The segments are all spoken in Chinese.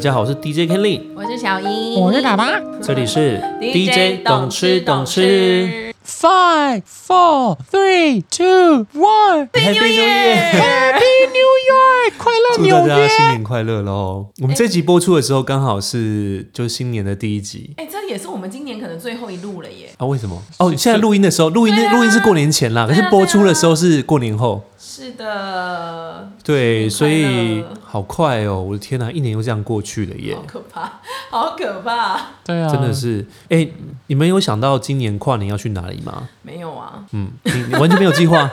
家好，我是 DJ Kelly，我是小英，我是爸爸。这里是 DJ 懂吃懂吃。。 Five, four, three, two, one. Happy New Year！ Happy New York，快乐祝大纽家约！新年快乐喽！我们这集播出的时候刚好是就新年的第一集哎、这也是我们今年可能最后一路了耶。啊？为什么？哦，现在录音的时候，录音对啊录音是过年前啦，可对啊是播出的时候是过年后。是的，对，啊所新年以快乐好快哦！我的天哪、一年又这样过去了耶好！可怕， 好可怕。对啊，真的是，哎、你们有想到今年跨年要去哪里吗？没有啊，嗯，你你完全没有计 划，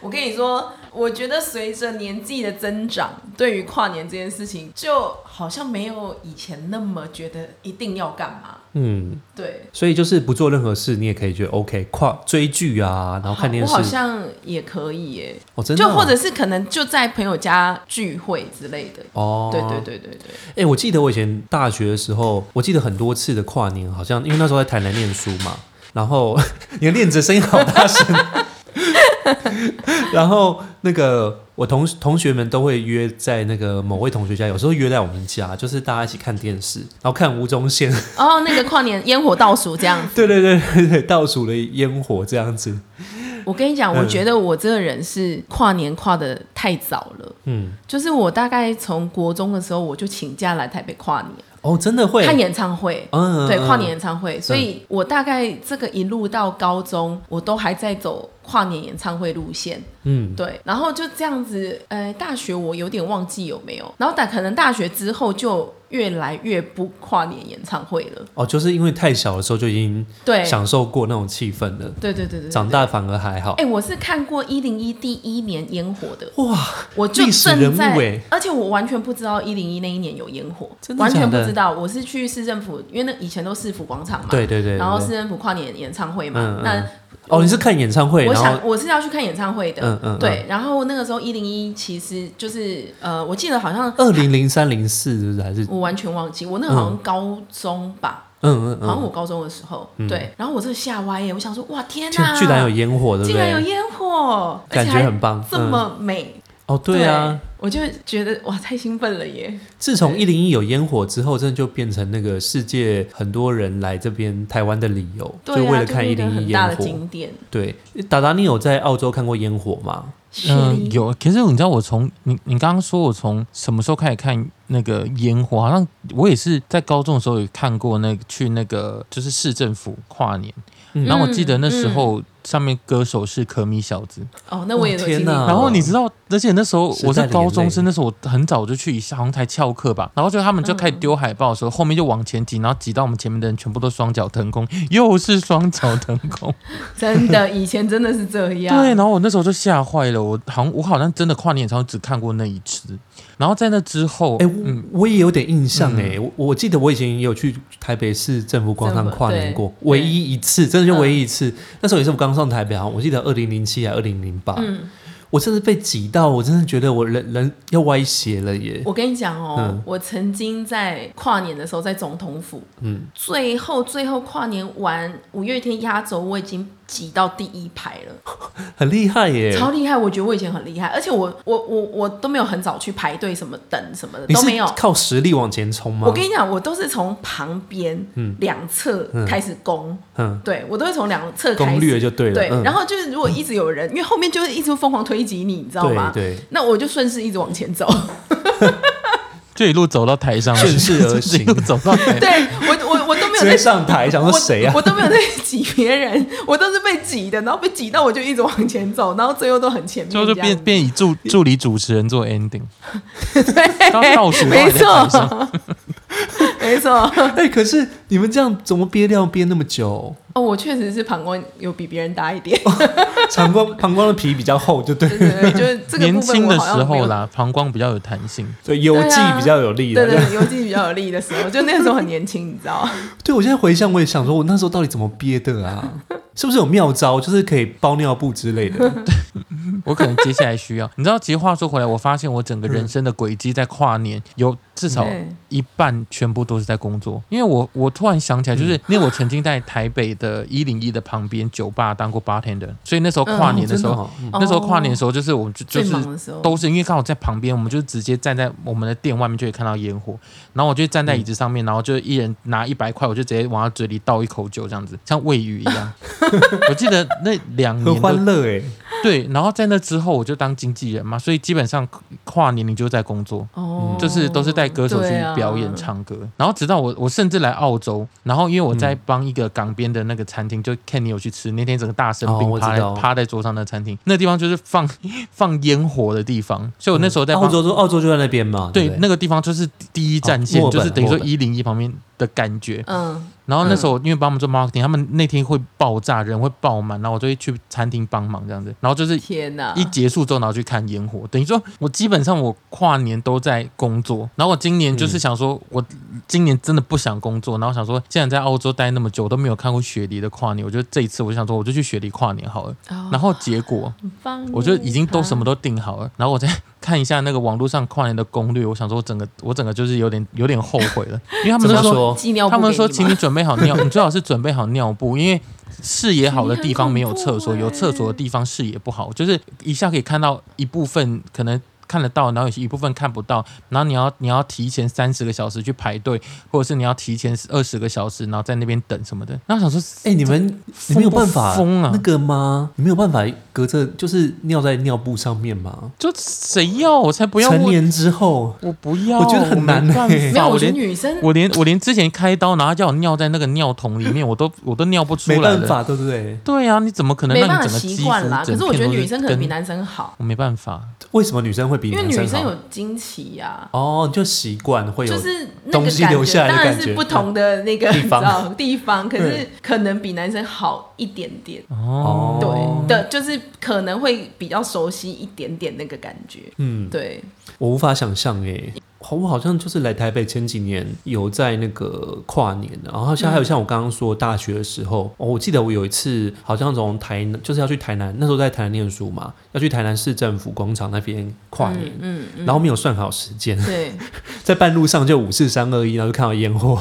我跟你说，我觉得随着年纪的增长，对于跨年这件事情，就好像没有以前那么觉得一定要干嘛。嗯，对，所以就是不做任何事，你也可以觉得 OK，跨追剧啊，然后看电视我好，像也可以耶，哦，真的就哦、或者是可能就在朋友家聚会之类的。哦，对对。对对对，哎、我记得我以前大学的时候，我记得很多次的跨年，好像因为那时候在台南念书嘛，然后 你的链子声音好大声， 然后那个我同同学们都会约在那个某位同学家，有时候约在我们家，就是大家一起看电视，然后看吴宗宪， 哦，那个跨年烟火倒数这样对对对对对，倒数的烟火这样子，我跟你讲，嗯我觉得我这个人是跨年跨的太早了，嗯，就是我大概从国中的时候我就请假来台北跨年哦，真的会，看演唱会。嗯，嗯对，跨，嗯年演唱会，所以我大概这个一路到高中，我都还在走跨年演唱会路线。嗯，对，然后就这样子，呃，大学我有点忘记有没有，然后但可能大学之后就越来越不跨年演唱会了。哦，就是因为太小的时候就已经对，享受过那种气氛了，对对对对对。长大反而还好。哎、我是看过一零一第一年烟火的，哇，我就历史人正物在，欸而且我完全不知道一零一那一年有烟火，真的完全假不的知道。我是去市政府，因为那以前都市府广场嘛，对对对，然后对市政府跨年演唱会嘛，嗯，那嗯哦，你是看演唱会，我然后想我是要去看演唱会的，嗯嗯嗯对。然后那个时候一零一其实就是呃，我记得好像二零零三零四是不是还嗯是我完全忘记，我那好像高中吧，嗯嗯好嗯，像我高中的时候，对。然后我这个吓歪耶，我想说哇天天哪，居然有烟火，对不竟然有对？烟火，而感且觉还很棒这嗯么美，哦，对啊，，我就觉得哇，太兴奋了耶！自从一零一有烟火之后，真的就变成那个世界很多人来这边台湾的理由，就对啊，为了看就是一一个零一很大的烟火。嗯景点，对，达达，你有在澳洲看过烟火吗？雪嗯梨，有。可是你知道我从你你刚刚说我从什么时候开始看那个烟火？好像我也是在高中的时候有看过那个去那个就是市政府跨年，嗯然后我记得那时候上面歌手是可米小子，哦，那我也有经天历哪过。然后你知道，而且那时候时代的我在高中眼生，那时候我很早就去一下，好像才翘课吧。然后就他嗯们就开始丢海报的时候，后面就往前挤，然后挤到我们前面的人全部都双脚腾空，又是双脚腾 空。真的，以前真的是这样。对，然后我那时候就吓坏了，我好像我好像真的跨年演唱会只看过那一次。然后在那之后，哎、我嗯我也有点印象哎、我我记得我以前也有去台北市政府广场政府跨年对过，唯一一次，真的就唯一一次。那时候也是我刚上台北，好像我记得二零零七啊还二零零八，嗯，我真的被挤到，我真的觉得我人人要歪斜了耶。我跟你讲哦，嗯我曾经在跨年的时候，在总统府，嗯，最后最后跨年完五月天压轴，我已经挤到第一排了。很厉害耶。超厉害！我觉得我以前很厉害，而且我我我我都没有很早去排队什么等什么的你都是没有。靠实力往前冲吗？我跟你讲，我都是从旁边两侧嗯开始攻，嗯，对我都会从两侧开攻略始。就对了。对，嗯、然后就是如果一直有人，因为后面就是一直疯狂推挤你，你知道吗？对对那我就顺势一直往前 走。就一路走到台上去，顺势而行一路走到台。 对我我我都没有直接在上台，想说我谁啊我？都没有在挤别人，我都是被挤的，然后被挤到我就一直往前走，然后最后都很前面这就样，就变变以助助理主持人 做 ending，当对，倒数到没底在台上，错，没错。哎、可是你们这样怎么憋尿憋那么 久？哦，我确实是膀胱有比别人大一点，哦膀胱膀胱的皮比较厚，就对了，对啊对对，就是这个年部轻分的我好时像没候有啦，膀胱比较有弹性。对，油对剂啊比较有力啦对对，对，尤其比较有力的时候，就那个时候很年轻，你知道吗？对，我现在回想，我也想说，我那 时候到底怎么憋的啊？是不是有妙招，就是可以包尿布之类的？我可能接下来需要。你知道，其实话说回来，我发现我整个人生的轨迹在跨年有至少对一半全部都是在工作，因为我我突然想起来，嗯就是因为我曾经在台北的一零一的旁边酒吧当过 bartender，所以那时候跨年的时候，哦嗯那时候跨年的时候就是我们就就最是忙的时候都是因为刚好在旁边，我们就直接站在我们的店外面就可以看到烟火，然后我就站在椅子上面，然后就一人拿一百块，我就直接往他嘴里倒一口酒，这样子像喂鱼一 样。我记得那两很嗯年欢都乐哎，对，然后在那之后我就当经纪人嘛，所以基本上跨年你就在工作。哦就是都是带歌手去对啊表演唱歌，然后直到我我甚至来澳洲，然后因为我在嗯帮一个港边的那个餐厅，就 Kenny 有去吃，那天整个大生哦病我知趴在、道趴在桌上的餐厅，那地方就是放放烟火的地方，所以我那时候在嗯帮、澳洲，澳洲就在那边嘛，对不那个地方就是第一战哦线，墨就本是等于说墨本一零一旁边的感觉，嗯，然后那时候因为帮他们做 marketing，他们那天会爆炸，人会爆满，然后我就会去餐厅帮忙这样子，然后就是天哪，一结束之后，然后去看烟火，等于说我基本上我跨年都在工作，然后我今年就是想说，我今年真的不想工作，然后想说，既然在澳洲待那么久，我都没有看过雪梨的跨年，我就这一次我就想说，我就去雪梨跨年好了。哦啊然后结果放我就已经都什么都都定好了，然后我再看一下那个网络上跨年的攻略，我想说，我整个我整个就是有点有点后悔了，因为他们怎么都说。说？寄尿布他们给说，你请吗你准备好尿，你 最好是准备好尿布，因为视野好的地方没有厕所，你很恐怖欸有厕所的地方视野不好，就是一下可以看到一部分可能。看得到，然后有一部分看不到，然后你要你要提前三十个小时去排队，或者是你要提前二十个小时，然后在那边等什么的。那我想说，哎，你们你疯没有不办法疯啊那个吗？你没有办法隔着就是尿在尿布上面吗？就谁要我才不要成我，年之后，我不要，我觉得很难我没办欸没法有，我我觉得连女生我连我连之前开刀，然后叫我尿在那个尿桶里面，我都我都尿不出来没了。办法，对不对？对啊，你怎么可能没让办你法整个习肌惯啦。肤可整是我觉得片都女生可能比跟男生好，我没办法，为什么女生会比因为男女生生好？有惊奇呀。哦，你就习惯会有就是那个东感西觉，留下来的当感觉然是不同的那个地方你知道地方，可是对可能比男生好一点点，哦，嗯对、哦的，就是可能会比较熟悉一点点那个感觉，嗯，对，我无法想象诶，好，我好像就是来台北前几年有在那个跨年，然后像还有像我刚刚说大学的时候，哦，我记得我有一次好像从台南就是要去台南，那时候在台南念书嘛，要去台南市政府广场那边跨年，嗯，嗯然后没有算好时间， 对，在半路上就五四三二一，然后就看到烟火，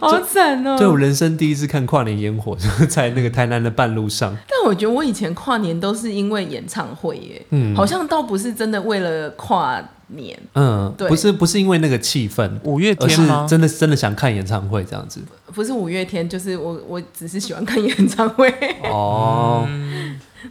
好惨哦、对我人生第一次看跨年烟火，就是在那个台南的半路上，但我觉得我以前跨年都是因为演唱会耶，嗯好像倒不是真的为了跨年，嗯，对不是不是因为那个气氛，五月而天是吗？真的真的想看演唱会这样子。不是五月天，就是我我只是喜欢看演唱会， 哦，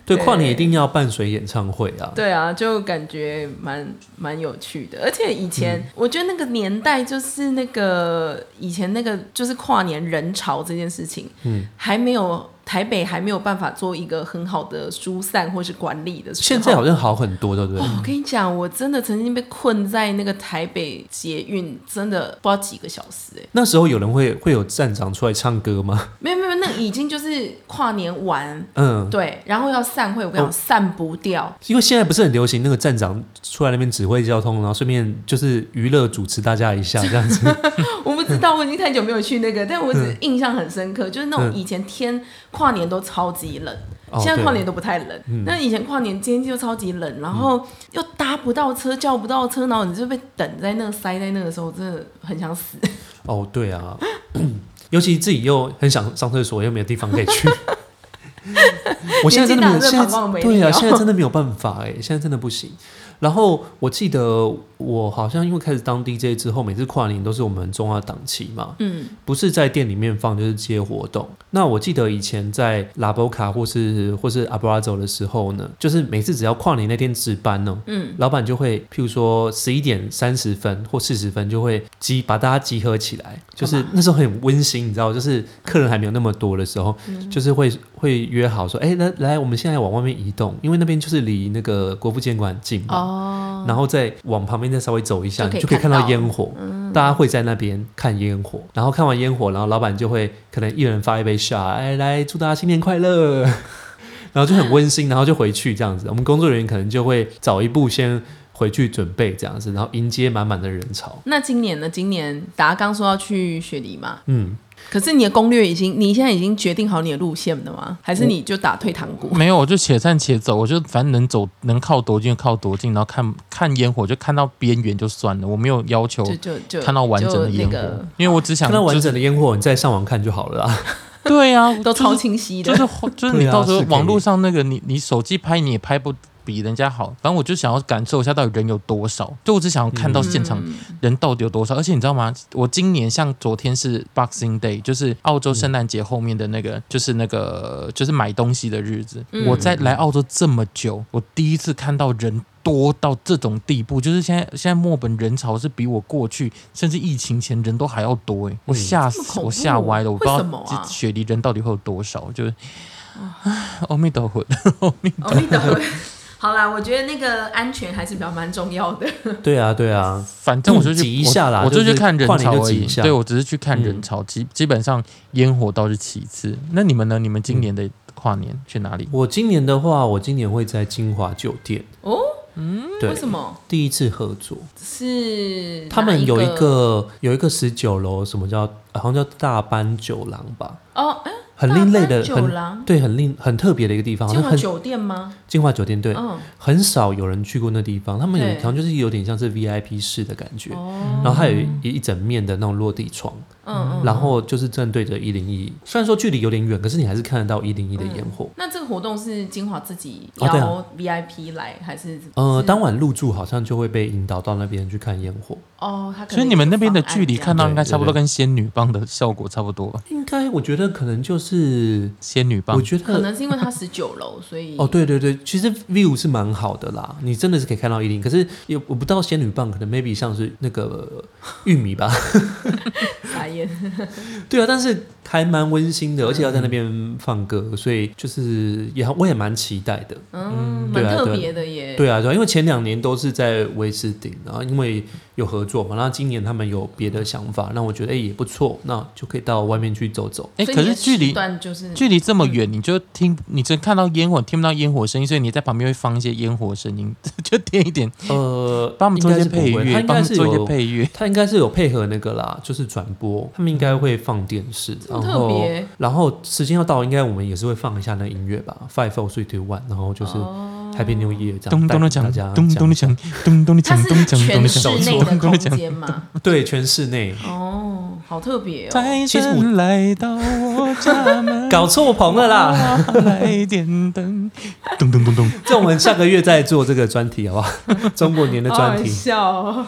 对，对跨年一定要伴随演唱会啊。对啊，就感觉蛮蛮有趣的，而且以嗯前、我觉得那个年代就是那个以前那个就是跨年人潮这件事情，嗯，还没有台北还没有办法做一个很好的疏散或是管理的时候，现在好像好很多，对不对？哦我跟你讲，我真的曾经被困在那个台北捷运，真的不知道几个小时哎、那时候有人会会有站长出来唱歌吗？ 没有没有，那已经就是跨年完，嗯，对，然后要散会，我跟你讲、哦散不掉，因为现在不是很流行那个站长出来那边指挥交通，然后顺便就是娱乐主持大家一下这样子。我不知道，我已经太久没有去那个，但我只嗯印象很深刻，就是那种以前天跨年都超级冷，哦 现在跨年对嗯都不太冷。那以前跨年天气又超级冷，然后又搭不到车，叫不到车，然后你就被等在那个塞在那个时候，真的很想死。哦，对啊， 尤其自己又很想上厕所，又没有地方可以 去。我现在真的没有，年纪现大了真的膀胱在没力对啊，哦现在真的没有办法哎，现在真的不行。然后我记得我好像因为开始当 DJ 之后，每次跨年都是我们重要档期嘛， 嗯，不是在店里面放，就是接活动。那我记得以前在拉波卡或是或是阿布拉走的时候呢，就是每次只要跨年那天值班呢、嗯，老板就会譬如说十一点三十分或四十分就会集把大家集合起来，就是那时候很温馨，你知道，就是客人还没有那么多的时候，就是会会约好说，哎、来来，我们现在往外面移动，因为那边就是离那个国父纪念馆很近嘛。哦，然后再往旁边再稍微走一下，就可以你就可以看看到嗯到烟火。大家会在那边看烟火，然后看完烟火，然后老板就会可能一人发一杯下，哎，来祝大家新年快乐， 然后就很温馨，然后就回去这样子。我们工作人员可能就会早一步先回去准备这样子，然后迎接满满的人潮。那今年呢？今年达刚说要去雪梨嘛，嗯，可是你的攻略已经，你现在已经决定好你的路线了吗？还是你就打退堂鼓？没有，我就且战且走，我就反正能走能靠多近就靠多近，然后看看烟火就看到边缘就算了，我没有要求就就就看到完整的烟就火，那个因为我只想看到完就是整的烟火，你再上网看就好了啊。对啊， 都就是超清晰的就。是就是你对啊到时候是可以网络上那个你你手机拍你也拍不比人家好，反正我就想要感受一下到底人有多少，就我只想要看嗯到现嗯场人到底有多少。而且你知道吗？我今年像昨天是 Boxing Day，就是澳洲圣诞节后面的那个，就是那个就是买东西的日子。嗯我在来澳洲这么久，我第一次看到人。多到这种地步，就是现在现在墨本人潮是比我过去甚至疫情前人都还要多哎、嗯我吓这么恐死，怖我吓歪了，我不知道为什么啊这雪梨人到底会有多少，就是 阿弥陀佛，哦，你懂。 好啦，我觉得那个安全还是比较蛮重要的。 对啊，对啊，反正我就嗯去挤一下啦我我就就是去看人跨年潮就而挤已一。下对，我只是去看人潮，基、基本上烟火倒是其次。那你们呢？你们今年的跨年去哪里？我今年的话，我今年会在金华酒店，哦，对为，什么第一次合作。是哪他们有一一个有一个十九楼，什么叫好像叫大班酒廊吧，哦，哎很另类的，大班酒廊很对，很另很特别的一个地方，好金像华很酒店吗？金华酒店对，嗯，很少有人去过那地方。他们有对好像就是有点像是 VIP 室的感觉，哦，然后它有一一整面的那种落地窗，嗯嗯。然后就是正对着一零一，虽然说距离有点远，可是你还是看得到一零一的烟火。那这个活动是金华自己哦对啊邀 VIP 来，还是呃，嗯是当晚入住好像就会被引导到那边去看烟火，哦，他可能所以你们那边的距离有一个方看案到应该对对差不多跟仙女棒的效果差不多吧？应该我觉得可能就是，仙女我棒，觉这样可得能是因为它十九楼，所以嗯哦，对对对，其实 view 是蛮好的啦，你真的是可以看到一零，可是也我不到仙女棒，可能 maybe 像是那个玉米吧， 傻眼。对啊，但是还蛮温馨嗯的，而且要在那边放歌，所以就是也我也蛮期待的。嗯，蛮对啊特对啊别的耶。对啊，对啊，因为前两年都是在威斯汀，然后因为有合作嘛，那今年他们有别的想法，那我觉得哎、也不错，那就可以到外面去走走。哎、所以可你是的距时离段就是距离这么远，你就听你只看到烟火，听不到烟火声音，所以你在旁边会放一些烟火声音，就点一点，呃，帮我们做一些应该是配不会乐，他应帮我该们是做一些有。配乐。他应该是有配合那个啦，就是转嗯播，他们应该会放电视，这然么特后别然后时间要到，应该我们也是会放一下那个音乐吧，Five Four Three Two One，然后就是哦 Happy New Year 这样，咚咚的带讲大家，咚咚的讲，咚咚的它讲，是咚咚咚全的室讲，内的咚咚空的讲。间嘛？对，全室内。哦，好特别哦。财其实神来到我家门， 搞错棚了啦！哦来点灯，咚咚咚咚。这我们下个月再做这个专题好不好？中国年的好专好题。笑哦，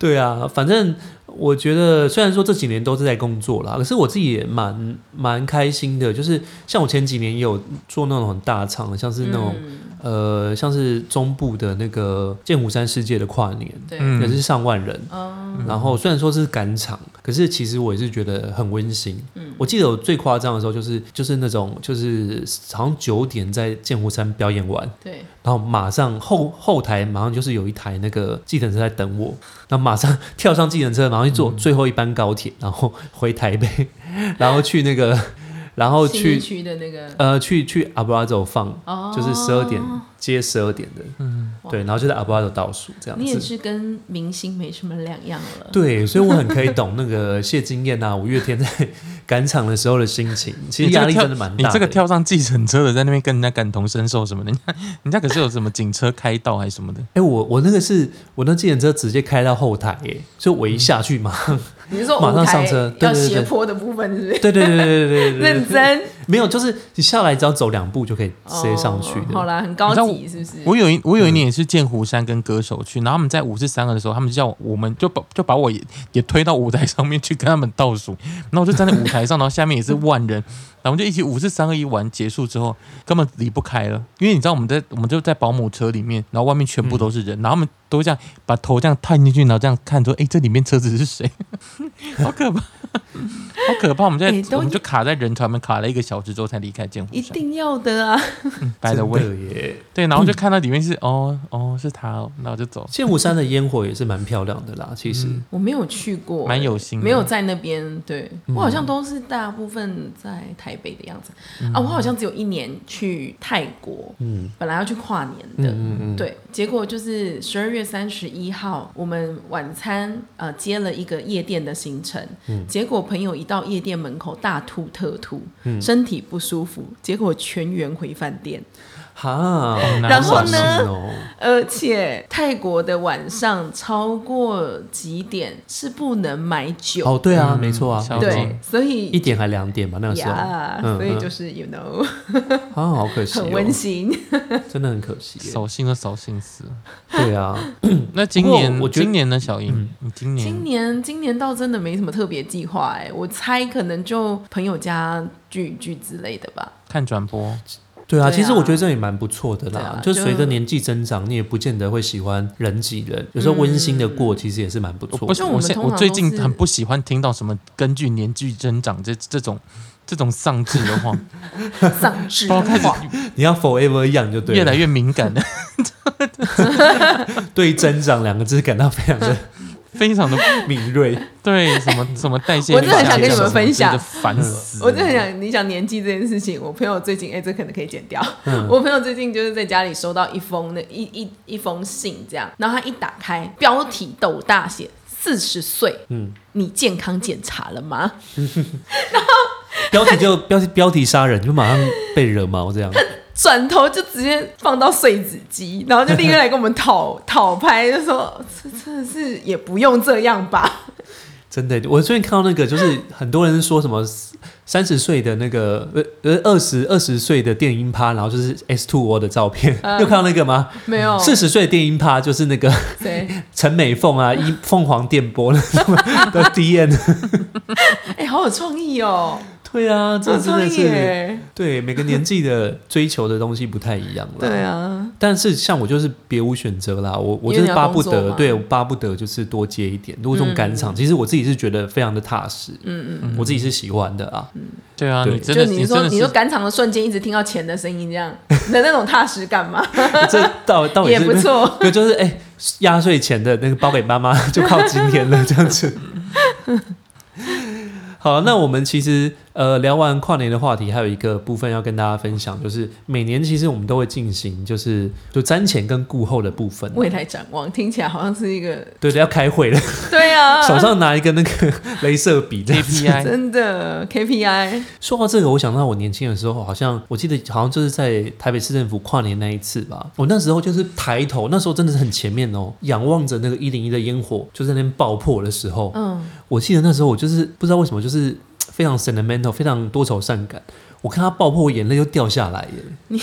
对啊，反正我觉得虽然说这几年都是在工作啦，可是我自己也蛮蛮开心的。就是像我前几年也有做那种很大场的，像是那种、嗯呃，像是中部的那个剑湖山世界的跨年，对，嗯也是上万人。哦，然后虽然说是赶场，可是其实我也是觉得很温馨。嗯我记得我最夸张的时候就是就是那种就是好像九点在剑湖山表演完，对，然后马上后后台马上就是有一台那个计程车在等我，然后马上跳上计程车，马上去坐最后一班高铁，然后回台北， 然后去那个，然后信义去区的那个呃去去阿布拉走放，哦，就是十二点接十二点的，嗯哇对，然后就在阿布拉走倒数这样你也子。是跟明星没什么两样了。对，所以我很可以懂那个谢金燕啊、五月天在赶场的时候的心 情，其实你这压个力跳真的蛮大的。你这个跳上计程车的，在那边跟人家感同身受什么的，人家人家可是有什么警车开道还是什么的，哎、我我那个是我那计程车直接开到后台耶，所以我一下去嘛，嗯你是说马上舞台上车对要对对斜坡的部分是不是？对对对对对对对，认真没有，就是你下来只要走两步就可以直接上去哦的。好啦，很高级你是不是？我有一我有一年也是见湖山跟歌手去，然后他们在五十三个的时候，他们就叫我我们就把就把我也也推到舞台上面去跟他们倒数，然后我就站在舞台上，然后下面也是万人，然后我们就一起五十三个一完结束之后，根本离不开了，因为你知道我们在我们就在保姆车里面，然后外面全部都是嗯人，然后他们都这样把头这样探进去，然后这样看说，哎，这里面车 子是谁？好可怕，好可怕！我们在、诶都我们就卡在人潮里面卡了一个小小时之后才离开剑湖一山。定要的啊！ by the 真 way，的耶。对，然后就嗯看到里面是、哦哦是他哦，然后就走，剑湖山的烟火也是蛮漂亮的啦，其实。嗯我没有去过，蛮有心的。没有在那边，对我好像都是大部分在台北的样子、啊。我好像只有一年去泰国，嗯本来要去跨年的，嗯嗯，对，结果就是十二月三十一号，我们晚餐呃接了一个夜店的行程，结果朋友一到夜店门口大吐特吐，身体不舒服，结果全员回饭店。哈，难然后好呢伤心哦而且泰国的晚上超过几点是不能买酒，哦，对啊，没错啊，嗯小没心错对，所一以点还两点吧，那个时候，呀嗯所以嗯就是 you know 啊，好可惜，很温，馨。真的很可惜耶。扫兴都扫兴死了。对啊，那今不过年我觉得嗯今年呢，小英，你今年今年今年倒真的没什么特别计划哎，我猜可能就朋友家聚一聚之类的 吧。看转播，对啊，对啊其实我觉得这也蛮不错的对啦啊。就就随着年纪增长，你也不见得会喜欢人挤人，有时候温馨的过，其实也是蛮不我错不的。是因为我我们现通我常最都近是很不喜欢听到什么根据年纪增长这这种这种丧志 的话，丧志包的括开始话，你要 forever young 就对越来了，越敏感了， 对“增长”两个字感到非常的 非常的敏锐。对什么什么代谢我率真的很下想跟你们降什么分享真的烦嗯死了。 我真的很想你讲年纪这件事情，我朋友最近哎、这可能可以剪掉。 我朋友最近就是在家里收到一封那一一一封信，这样，然后他一打开，标题斗大写四十岁，嗯，你健康检查了吗？标题就标题标题杀人，就马上被惹毛这样。转头就直接放到碎纸机，然后就立刻来跟我们讨讨拍，就说这真的是也不用这样吧。真的，我最近看到那个，就是很多人说什么三十岁的那个呃呃二十二十岁的电音趴，然后就是 S Two O 的照片，嗯有看到那个吗？没有，四十岁的电音趴就是那个 谁？陈美凤啊，一凤凰电波的的 D N， 哎、好有创意哦，对啊，好这有真创的意是耶！对每个年纪的追求的东西不太一样了。对啊，但是像我就是别无选择啦，我我因为就你是要巴不工作得，嘛嗯对我巴不得就是多接一点，如果这种赶场，其实我自己是觉得非常的踏实，嗯嗯，我自己是喜欢的啊，嗯对啊，对你真就的你真说的你说是赶场的瞬间一直听到钱的声音，这样的那种踏实感嘛，这倒倒也是不错。 对，就是哎，压岁钱的那个包给妈妈， 就靠今天了，这样子。 好，那我们其实呃聊完跨年的话题，还有一个部分要跟大家分享，就是每年其实我们都会进行，就是就瞻前跟顾后的部分。啊未来展望听起来好像是一个对对，要开会了，对啊，手上拿一个那 个镭射笔这样子。 KPI 真的 KPI 说到这个，我想到我年轻的时候，好像我记得好像就是在台北市政府跨年那一次吧。我那时候就是抬头，那时候真的是很前面哦，仰望着那个一零一的烟火就在那边爆破的时候，嗯，我记得那时候我就是不知道为什么，就是嘖非常 sentimental，非常多愁善感。我看他爆破，眼泪就掉下来耶。 你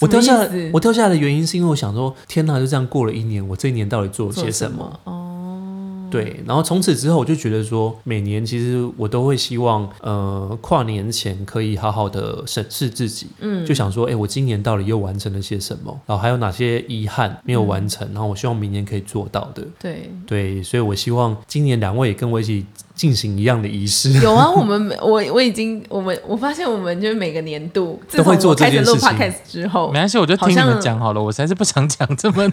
我掉下什么意来思，我掉下来的原因是因为我想说，天哪，就这样过了一年，我这一年到底做了做些什什么？么？哦，对，然后从此之后，我就觉得说，每年其实我都会希望，呃，跨年前可以好好的审视自己，嗯，就想说，哎、我今年到底又完成了些什么，然后还有哪些遗憾没有嗯完成，然后我希望明年可以做到的。对，对，所以我希望今年两位也跟我一起进行一样的仪 式。有啊，我们每我我已经我们我发现我们就是每个年度自都会从做我这开始件录事情 podcast 之后没，关系，我就听你好们像讲好了，我实在是不想讲这么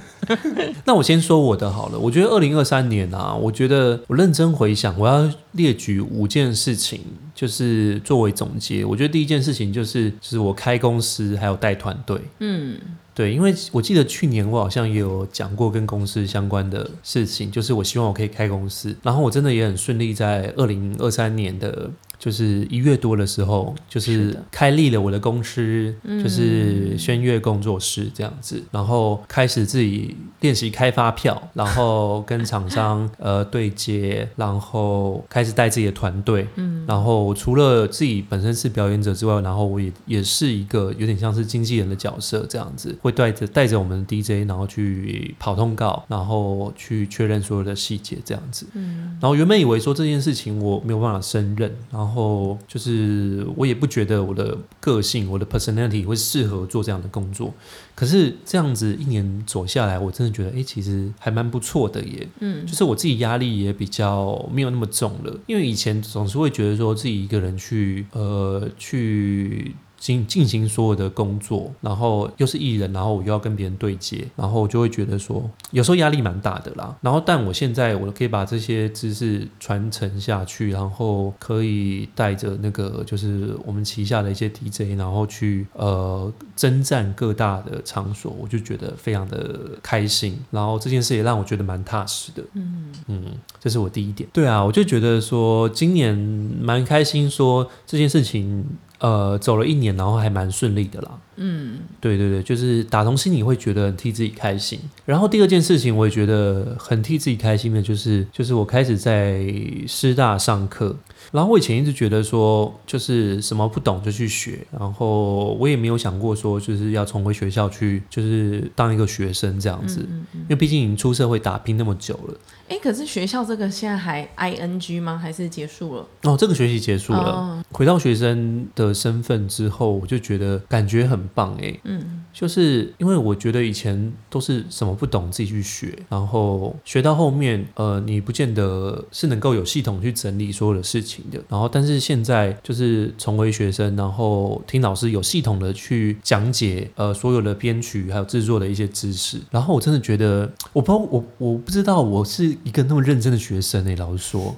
那我先说我的好了。我觉得二零二三年啊，我觉得我认真回想，我要列举五件事情，就是作为总结。我觉得第一件事情就是，就是我开公司还有带团队。嗯，对，因为我记得去年我好像也有讲过跟公司相关的事情，就是我希望我可以开公司，然后我真的也很顺利，在二零二三年的，就是一月多的时候，就是是的开立了我的公司，就是轩悦工作室这样子，然后开始自己练习开发票，然后跟厂商呃对接，然后开始带自己的团队，然后除了自己本身是表演者之外，然后我也也是一个有点像是经纪人的角色这样子，会带着带着我们的 DJ，然后去跑通告，然后去确认所有的细节这样子。嗯，然后原本以为说这件事情我没有办法胜任，然后就是我也不觉得我的个性、我的 personality 会适合做这样的工作。可是这样子一年走下来，我真的觉得，哎、其实还蛮不错的耶。嗯就是我自己压力也比较没有那么重了，因为以前总是会觉得说自己一个人去呃去。进进行所有的工作，然后又是艺人，然后我又要跟别人对接，然后我就会觉得说，有时候压力蛮大的啦。然后，但我现在我可以把这些知识传承下去，然后可以带着那个就是我们旗下的一些 DJ，然后去呃征战各大的场所，我就觉得非常的开心。然后这件事也让我觉得蛮踏实的。嗯，嗯，这是我第一点。对啊，我就觉得说今年蛮开心，说这件事情呃走了一年，然后还蛮顺利的啦。嗯，对对对，就是打从心里会觉得很替自己开心。然后第二件事情，我也觉得很替自己开心的，就是就是我开始在师大上课。然后我以前一直觉得说，就是什么不懂就去学，然后我也没有想过说，就是要重回学校去，就是当一个学生这嗯样子。因为毕竟你出社会打拼那么久了，哎、可是学校这个现在还 I N G 吗？还是结束了？哦，这个学期结束了，哦回到学生的身份之后，我就觉得感觉很棒欸诶，嗯就是因为我觉得以前都是什么不懂自己去学，然后学到后面，呃，你不见得是能够有系统去整理所有的事情的。然后，但是现在就是重回学生，然后听老师有系统的去讲解，呃，所有的编曲还有制作的一些知识。然后我真的觉得，我不知道我我不知道我是一个那么认真的学生诶、欸老实说。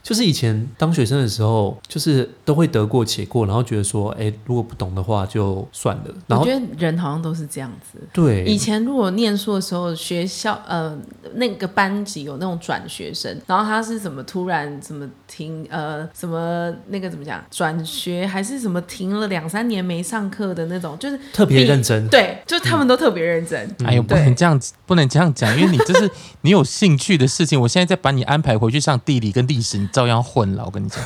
就是以前当学生的时候，就是都会得过且过，然后觉得说，哎、如果不懂的话就算了。然我后觉得人好像都是这样子。对，以前如果念书的时候，学校呃那个班级有那种转学生，然后他是怎么突然怎么停呃什么那个怎么讲转学还是什么停了两三年没上课的那种，就是特别认真。嗯对，就他们都特别认真。哎呦，不对能这样，不能这样讲，因为你这是 你有兴趣的事情，我现在再把你安排回去上地理跟历史，你照样混了。我跟 你讲，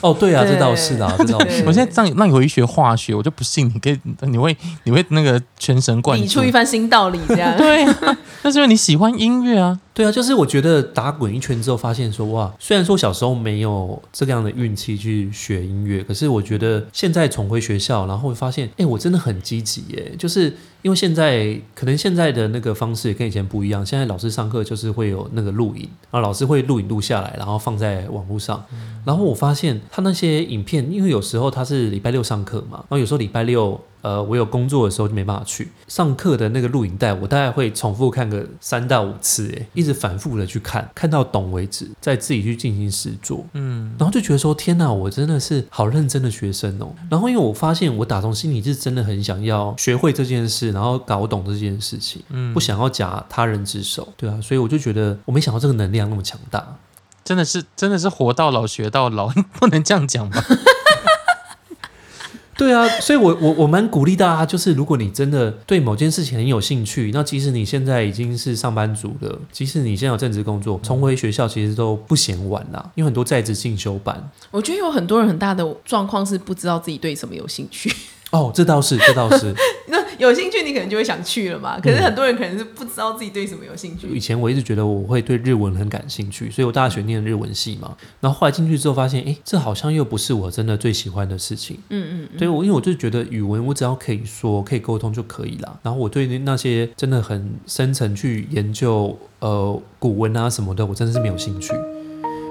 哦，对啊，对这倒是啦，这倒是。对我现在让你让你回去学化学，我就不信你可以，你会你会那个全神贯理注出。一番新道理，这样 对啊， 那是因为你喜欢音乐啊。对啊，就是我觉得打滚一圈之后，发现说哇，虽然说小时候没有这样的运气去学音乐，可是我觉得现在重回学校，然后会发现，哎，我真的很积极耶，就是因为现在可能现在的那个方式跟以前不一样，现在老师上课就是会有那个录影，然后老师会录影录下来，然后放在网络上。然后我发现他那些影片，因为有时候他是礼拜六上课嘛，然后有时候礼拜六。呃，我有工作的时候就没办法去上课的那个录影带，我大概会重复看个三到五次，哎，一直反复的去看，看到懂为止，再自己去进行实做。嗯，然后就觉得说，天哪，我真的是好认真的学生哦。然后因为我发现，我打从心里是真的很想要学会这件事，然后搞懂这件事情，不想要夹他人之手，对啊，所以我就觉得我没想到这个能量那么强大。真的是真的是活到老学到老，不能这样讲吧？ 对啊，所以我我我蛮鼓励大家，就是如果你真的对某件事情很有兴趣，那即使你现在已经是上班族了，即使你现在有正职工作，重回学校其实都不嫌晚啦，因为很多在职进修班。我觉得有很多人很大的状况是不知道自己对什么有兴趣。 哦，这倒是，这倒是。那有兴趣，你可能就会想去了嗯嘛。可是很多人可能是不知道自己对什么有兴趣。 以前我一直觉得我会对日文很感兴趣，所以我大学念日文系嘛。然后后来进去之后发现，哎，这好像又不是我真的最喜欢的事情。嗯嗯对我，因为我就觉得语文我只要可以说、可以沟通就可以啦。然后我对那些真的很深层去研究呃古文啊什么的，我真的是没有兴趣。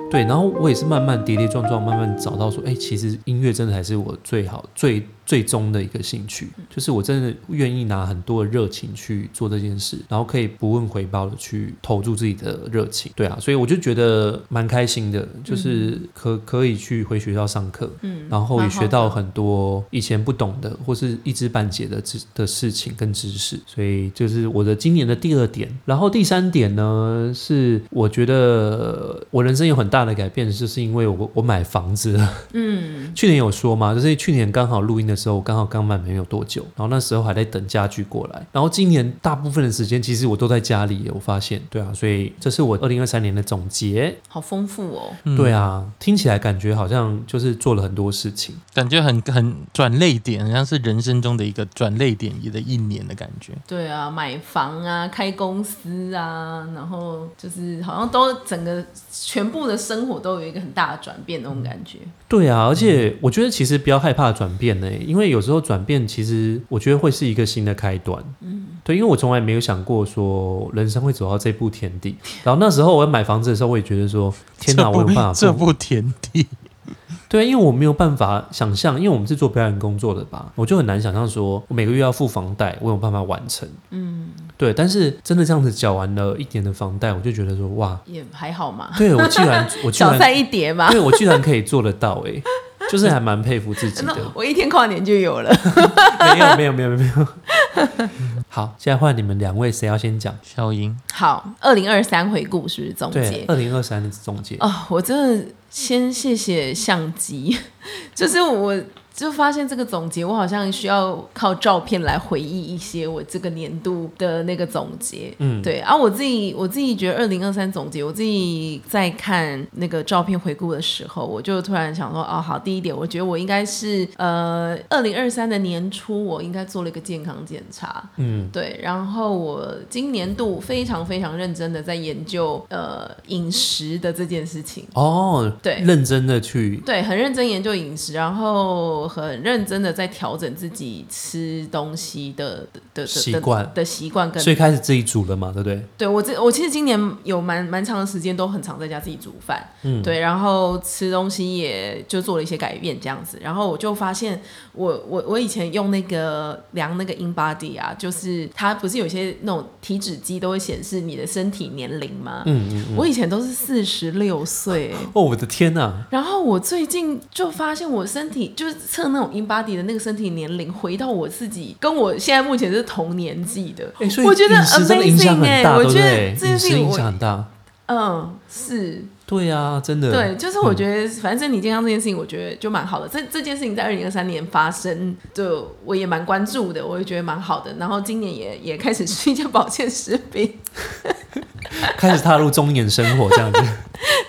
对，然后我也是慢慢跌跌撞撞，慢慢找到说，哎，其实音乐真的才是我最好、最最终的一个兴趣，嗯就是我真的愿意拿很多的热情去做这件事，然后可以不问回报的去投注自己的热情。对啊，所以我就觉得蛮开心的，就是可可以去回学校上课，嗯然后也学到蛮好的很多以前不懂的或是一知半解的知的事情跟知识，所以就是我的今年的第二点。然后第三点呢，是我觉得我人生有很大的改变，就是因为我我买房子了。 嗯去年有说嘛，就是去年刚好录音的的时候，我刚好刚满没有多久，然后那时候还在等家具过来。然后今年大部分的时间，其实我都在家里耶，我发现，对啊，所以这是我二零二三年的总结。好丰富哦。对啊，听起来感觉好像就是做了很多事情。感觉很很转泪点，好像是人生中的一个转泪点的一年的感觉。对啊，买房啊，开公司啊，然后就是好像都整个全部的生活都有一个很大的转变那种感觉。对啊，而且我觉得其实不要害怕转变呢，因为有时候转变其实我觉得会是一个新的开端。嗯，对，因为我从来没有想过说人生会走到这步田地。然后那时候我要买房子的时候，我也觉得说天哪，这我有不办法这付不田地，对，因为我没有办法想象，因为我们是做表演工作的吧，我就很难想象说我每个月要付房贷，我有办法完成。嗯，对。但是真的这样子缴完了一年的房贷，我就觉得说哇，也还好嘛，对我居然我居小然菜啊一碟嘛。对我居然可以做得到哎、就是还蛮佩服自己 那的。我一天跨年就有了。没有没有没有没有。 好，现在换你们两位，谁要先讲？小英好，二零二三回顾是不是总对结，？二零二三的总结。哦，我真的先谢谢相机， 就是我就发现这个总结，我好像需要靠照片来回忆一些我这个年度的那个总结。嗯对啊，我自己我自己觉得二零二三总结，我自己在看那个照片回顾的时候，我就突然想说，哦，好，第一点，我觉得我应该是呃，二零二三的年初，我应该做了一个健康检查。嗯，对，然后我今年度非常非常认真的在研究呃饮食的这件事情，哦，对认真的去，对，很认真研究饮食，然后很认真的在调整自己吃东西的的的的习惯的习惯跟所以开始自己煮了嘛，对不对？对我这我其实今年有蛮蛮长的时间都很常在家自己煮饭，嗯对，然后吃东西也就做了一些改变这样子，然后我就发现我我我以前用那个量那个 in body 啊，就是它不是有些那种体脂机都会显示你的身体年龄吗？嗯嗯。我以前都是四十六岁、欸哦，我的天呐、然后我最近就发现我身体就是测那种 in body 的那个身体年龄，回到我自己跟我现在目前是同年纪的，欸所以我觉得饮食真的影响 amazing 哎、很大，我对不觉对得？这件饮事食情影我响很大，嗯，是对啊，真的。对，就是我觉得，反正身体健康这件事情，我觉得就蛮好的。这这件事情在二零二三年发生，就我也蛮关注的，我也觉得蛮好的。然后今年也也开始吃一些保健食品， 开始踏入中年生活这 样子，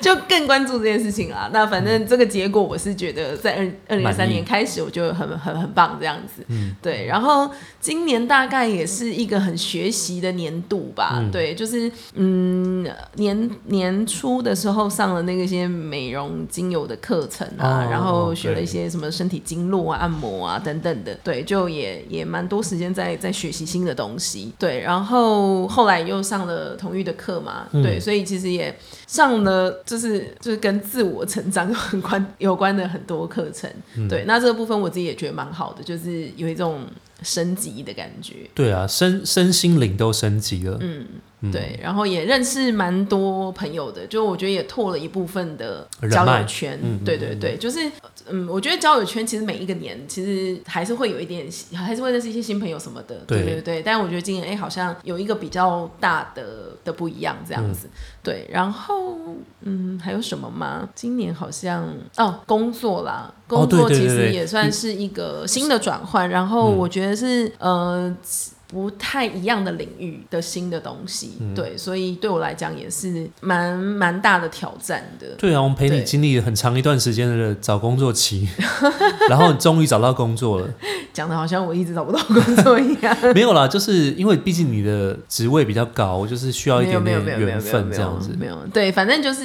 就更关注这件事情啦。那反正这个结果，我是觉得在二二零二嗯三满意嗯年开始，我就很很很棒这样子。对。然后今年大概也是一个很学习的年度吧。嗯对，就是嗯，年年初的时候上了那个些美容精油的课程啊，哦然后学了对一些什么身体经络啊、按摩啊等等的。对，就也也蛮多时间在在学习新的东西。对，然后后来又上了同育的课嘛。嗯对，所以其实也上了就是就是跟自我成长有很关有关的很多课程，对，那这个部分我自己也觉得蛮好的，就是有一种升级的感觉，对啊，身身心灵都升级了，嗯对，然后也认识蛮多朋友的，就我觉得也拓了一部分的人交脉友圈，嗯嗯对对对，就是嗯，我觉得交友圈其实每一个年其实还是会有一点，还是会认识一些新朋友什么的，对对对对，但我觉得今年哎、好像有一个比较大的的不一样这样嗯子，对，然后嗯还有什么吗？今年好像哦工作啦，哦工对作对其对实对也算是一个新的转换，然后嗯我觉得是、呃不太一样的领域的新的东西，嗯对，所以对我来讲也是蛮蛮大的挑战的。对啊，我们陪你对经历了很长一段时间的找工作期， 然后终于找到工作了。讲的好像我一直找不到工作一样， 没有啦，就是因为毕竟你的职位比较高，就是需要一没有点没点有没有没有没缘有分这样子。没有对，反正就是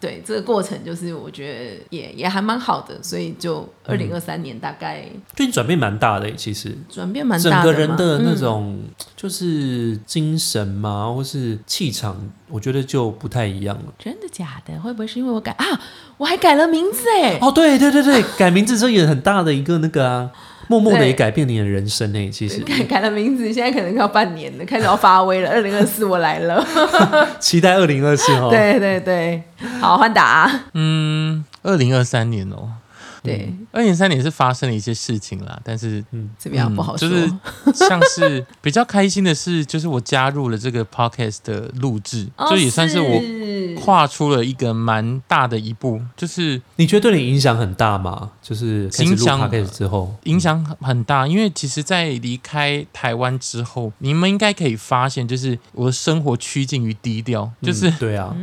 对这个过程，就是我觉得也也还蛮好的，所以就二零二三年大概对你转变蛮大的欸、其实转变蛮整大个的人嘛的那嗯种就是精神嘛，或是气场，我觉得就不太一样了。真的假的？会不会是因为我改啊？我还改了名字哎！哦，对对对对，改名字这也很大的一个那个 啊，默默的对也改变你的人生呢、其实 改改了名字，现在可能要半年了，开始要发威了。二零二四我来了，期待二零 二四哦。对对对，好换打、啊嗯，二零二三年哦，对，二零三年是发生了一些事情啦，但是怎么样嗯 不好就说。是像是比较开心的是，就是我加入了这个 podcast 的录制，哦就也算是我是跨出了一个蛮大的一步，就是你觉得对你影响很大吗？就是开始影录响 podcast 之后，影响很大，因为其实，在离开台湾之后，你们应该可以发现，就是我的生活趋近于低调，嗯就是对啊，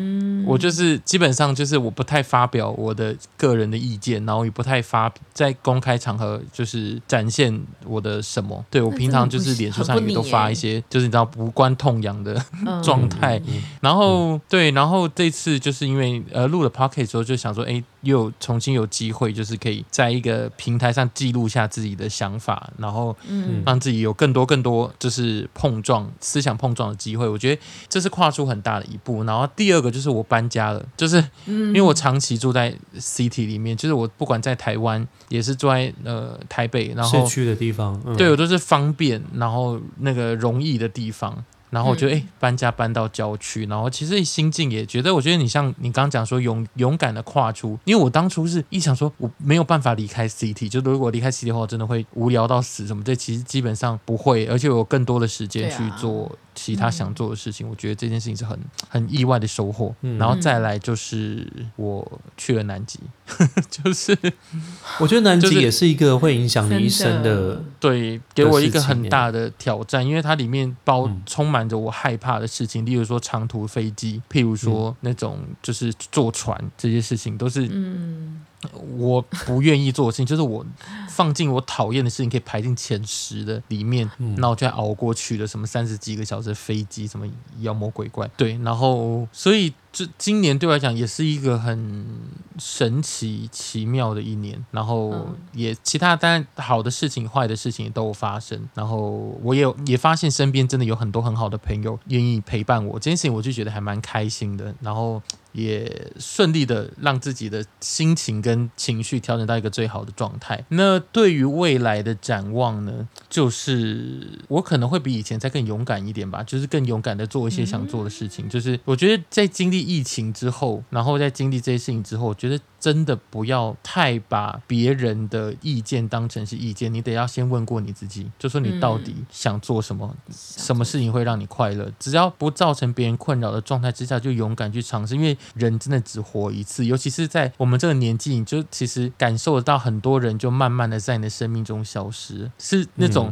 我就是基本上就是我不太发表我的个人的意见，然后也不太发在公开场合就是展现我的什么。对我那真平的常不就是行脸书很上不欸也都你发耶一些就是你知道无关痛痒的嗯状态，嗯然后对，然后这次就是因为呃录了 p o c k e t 之后，就想说，哎，又有重新有机会，就是可以在一个平台上记录下自己的想法，然后嗯让自己有更多更多就是碰撞思想碰撞的机会。我觉得这是跨出很大的一步。然后第二个就是我搬家了，就是嗯因为我长期住在 CT 里面，就是我不管在台湾也是住在呃台北，然后市区的地方，嗯对我都是方便，然后那个容易的地方。然后我就哎、嗯诶搬家搬到郊区，然后其实心境也觉得，我觉得你像你刚刚讲说勇勇敢的跨出，因为我当初是一想说我没有办法离开 CT，就如果离开 CT 的话，我真的会无聊到死什么。这其实基本上不会，而且我有更多的时间对啊去做其他想做的事情。我觉得这件事情是很很意外的收获。嗯然后再来就是我去了南极，就是我觉得南就是极也是一个会影响你一生的，对，给我一个事情很耶大的挑战，因为它里面包嗯充满着我害怕的事情，例如说长途飞机，譬如说嗯那种就是坐船这些事情，都是嗯，我不愿意做的事情，就是 我放进我讨厌的事情可以排进前十的里面，那我就熬过去了。什么三十几个小时的飞机，什么妖魔鬼怪，对，然后所以这今年对我来讲也是一个很神奇奇妙的一年，然后嗯也其他当然好的事情、坏的事情也都有发生，然后我也有也发现身边真的有很多很好的朋友愿意陪伴我，这件事情我就觉得还蛮开心的，然后也顺利的让自己的心情跟情绪调整到一个最好的状态。那对于未来的展望呢，就是我可能会比以前再更勇敢一点吧，就是更勇敢的做一些想做的事情。就是我觉得在经历疫情之后，然后在经历这些事情之后，我觉得真的不要太把别人的意见当成是意见，你得要先问过你自己，就说你到底想做什么，什么事情会让你快乐？只要不造成别人困扰的状态之下，就勇敢去尝试，因为人真的只活一次，尤其是在我们这个年纪，你就其实感受得到很多人就慢慢的在你的生命中消失，是那嗯种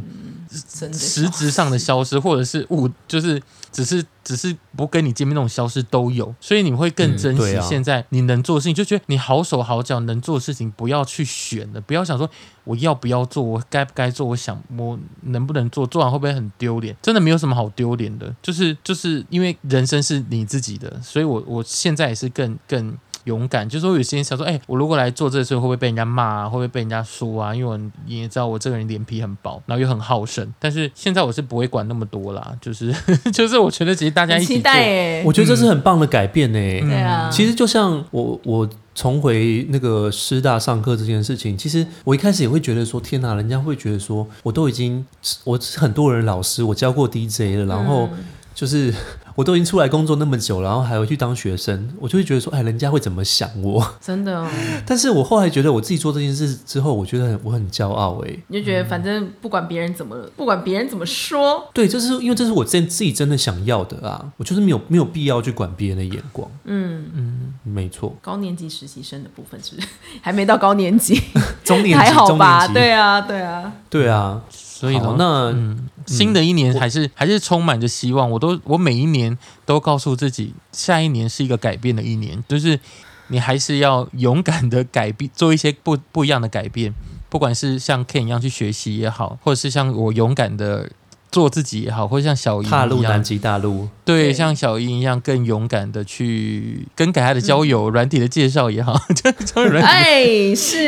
真的实质上的消失，或者是物，就是只是只是不跟你见面那种消失都有，所以你会更嗯珍对惜啊现在你能做的事情，就觉得你好手好脚能做的事情，不要去选了，不要想说我要不要做，我该不该做，我想我能不能做，做完会不会很丢脸？真的没有什么好丢脸的，就是就是因为人生是你自己的，所以我我现在也是更更。勇敢，就是我有些人想说，哎、我如果来做这个事，会不会被人家骂啊？会不会被人家说啊？因为我你也知道，我这个人脸皮很薄，然后又很好胜。但是现在我是不会管那么多啦，就是 就是，我觉得其实大家很一起期做，嗯待哎，我觉得这是很棒的改变呢、欸对啊，其实实就像我我重回那个师大上课这件事情，其实我一开始也会觉得说，天哪，人家会觉得说，我都已经我很多人老师，我教过 DJ 嗯了，然后嗯就是、 我都已经出来工作那么久了，然后还回去当学生，我就会觉得说，哎，人家会怎么想我？ 真的哦，但是我后来觉得我自己做这件事之后，我觉得很我很骄傲哎、你就觉嗯得反正不管别人怎么，不管别人怎么说，对，这是因为这是我真自己真的想要的啊，我就是没有没有必要去管别人的眼光，嗯，没错，高年级实习生的部分是 还没到高年级，中年级还好中吧？年级，对啊，对啊，对啊，所以好呢，那新的一嗯年还是还是充满着希望。我都我每一年都告诉自己，下一年是一个改变的一年，就是你还是要勇敢的改变， 做一些不不一样的改变。不管是像 Ken 一样去学习也好，或者是像我勇敢的做自己也好，或者像小姨踏入一样南，极大陆，对，对像小英一样更勇敢的去更改他的交嗯友软体的介绍也好， 就交友软体哎，是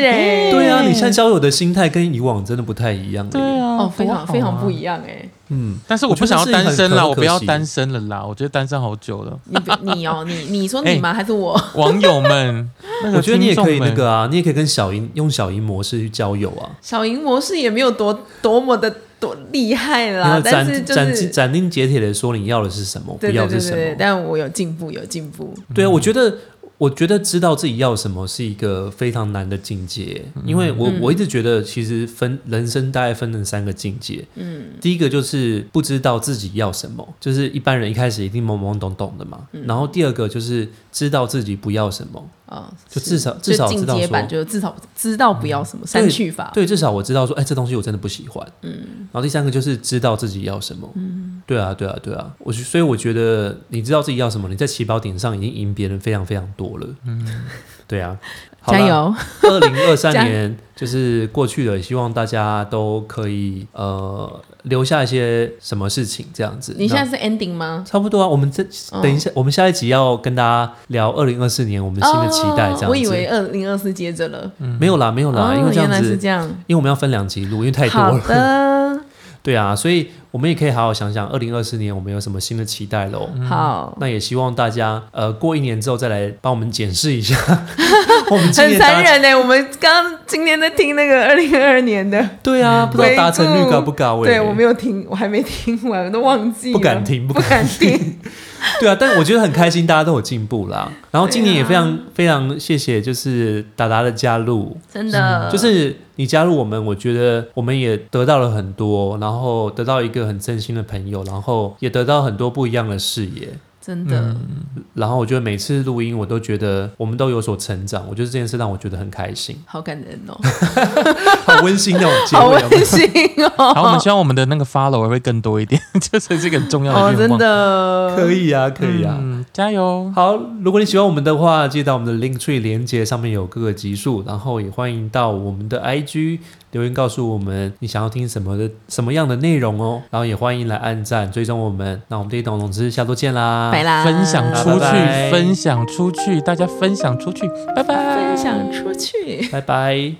哎，对啊，你现在交友的心态跟以往真的不太一样了。对，啊，哦，非常非常不样。一样哎，嗯，但是我不想要我觉得单是身很可啦，有我不要可喜单身了啦，我觉得单身好久了。你不你哦，你你说哎你吗？还是我？网友们， 那个我觉得你也可以听众们那个啊，你也可以跟小英用小英模式去交友啊，小银模式也没有多多么的多厉害然啦后，啊但斩是就斩是钉斩钉截铁的说你要的是什么，不对对要的对是什对，么。但我有进步，有进步。对啊，我觉得我觉得知道自己要什么是一个非常难的境界，因为我我一直觉得其实分人生大概分成三个境界，嗯，第一个就是不知道自己要什么，就是一般人一开始一定懵懵懂懂的嘛，然后第二个就是知道自己不要什么，啊，就是至少至少就知进道阶说版，就至少知道不要什么删去法，对，至少我知道说，哎、这东西我真的不喜欢。嗯，然后第三个就是知道自己要什么。嗯，对啊，对啊，对啊。我所以我觉得你知道自己要什么，你在起跑点上已经赢别人非常非常多了。嗯，对 啊，好啦加！油！二零二 三加年就是过去了，希望大家都可以呃留下一些什么事情这样子。你那现在是 ending 吗？差不多啊，我们这哦等一下，我们下一集要跟大家聊二零二四年我们新的期待这样子。哦我以为二零二四接着了，没有啦，没有啦，哦因为这样原来子是，这样，因为我们要分两集录，因为太多好了。 的，对啊，所以我们也可以好好想想，二零二四年我们有什么新的期待喽。嗯好，那也希望大家呃过一年之后再来帮我们检视一下 我 们今很年达残忍欸呢。我们刚今天在听那个二零二二年的，对啊，不知道达成率高不高、欸？嗯对我没有听，我还没听完，我都忘记了，不敢听不不敢听。对啊，但我觉得很开心，大家都有进步啦。啊然后今年也非常、非常谢谢就是达达的加入，真的，嗯就是你加入我们，我觉得我们也得到了很多，然后得到一个很真心的朋友，然后也得到很多不一样的视野。真的，，然后我觉得每次录音，我都觉得我们都有所成长。我觉得这件事让我觉得很开心好感人哦， 好温馨那种结好尾有没有温馨 哦，好，我们希望我们的那个 follow 会更多一点， 就是这个很重要哦，的愿真望。的可以啊，可以啊。嗯，加油！好，如果你喜欢我们的话，记得到我们的 Link Tree 连接上面有各个集数，然后也欢迎到我们的 IG 留言告诉我们你想要听什么的什么样的内容哦。然后也欢迎来按赞追踪我们。那我们这一董总之下周见啦，拜啦，分享出去，拜拜分享出去，大家分享出去，拜拜，分享出去。拜拜。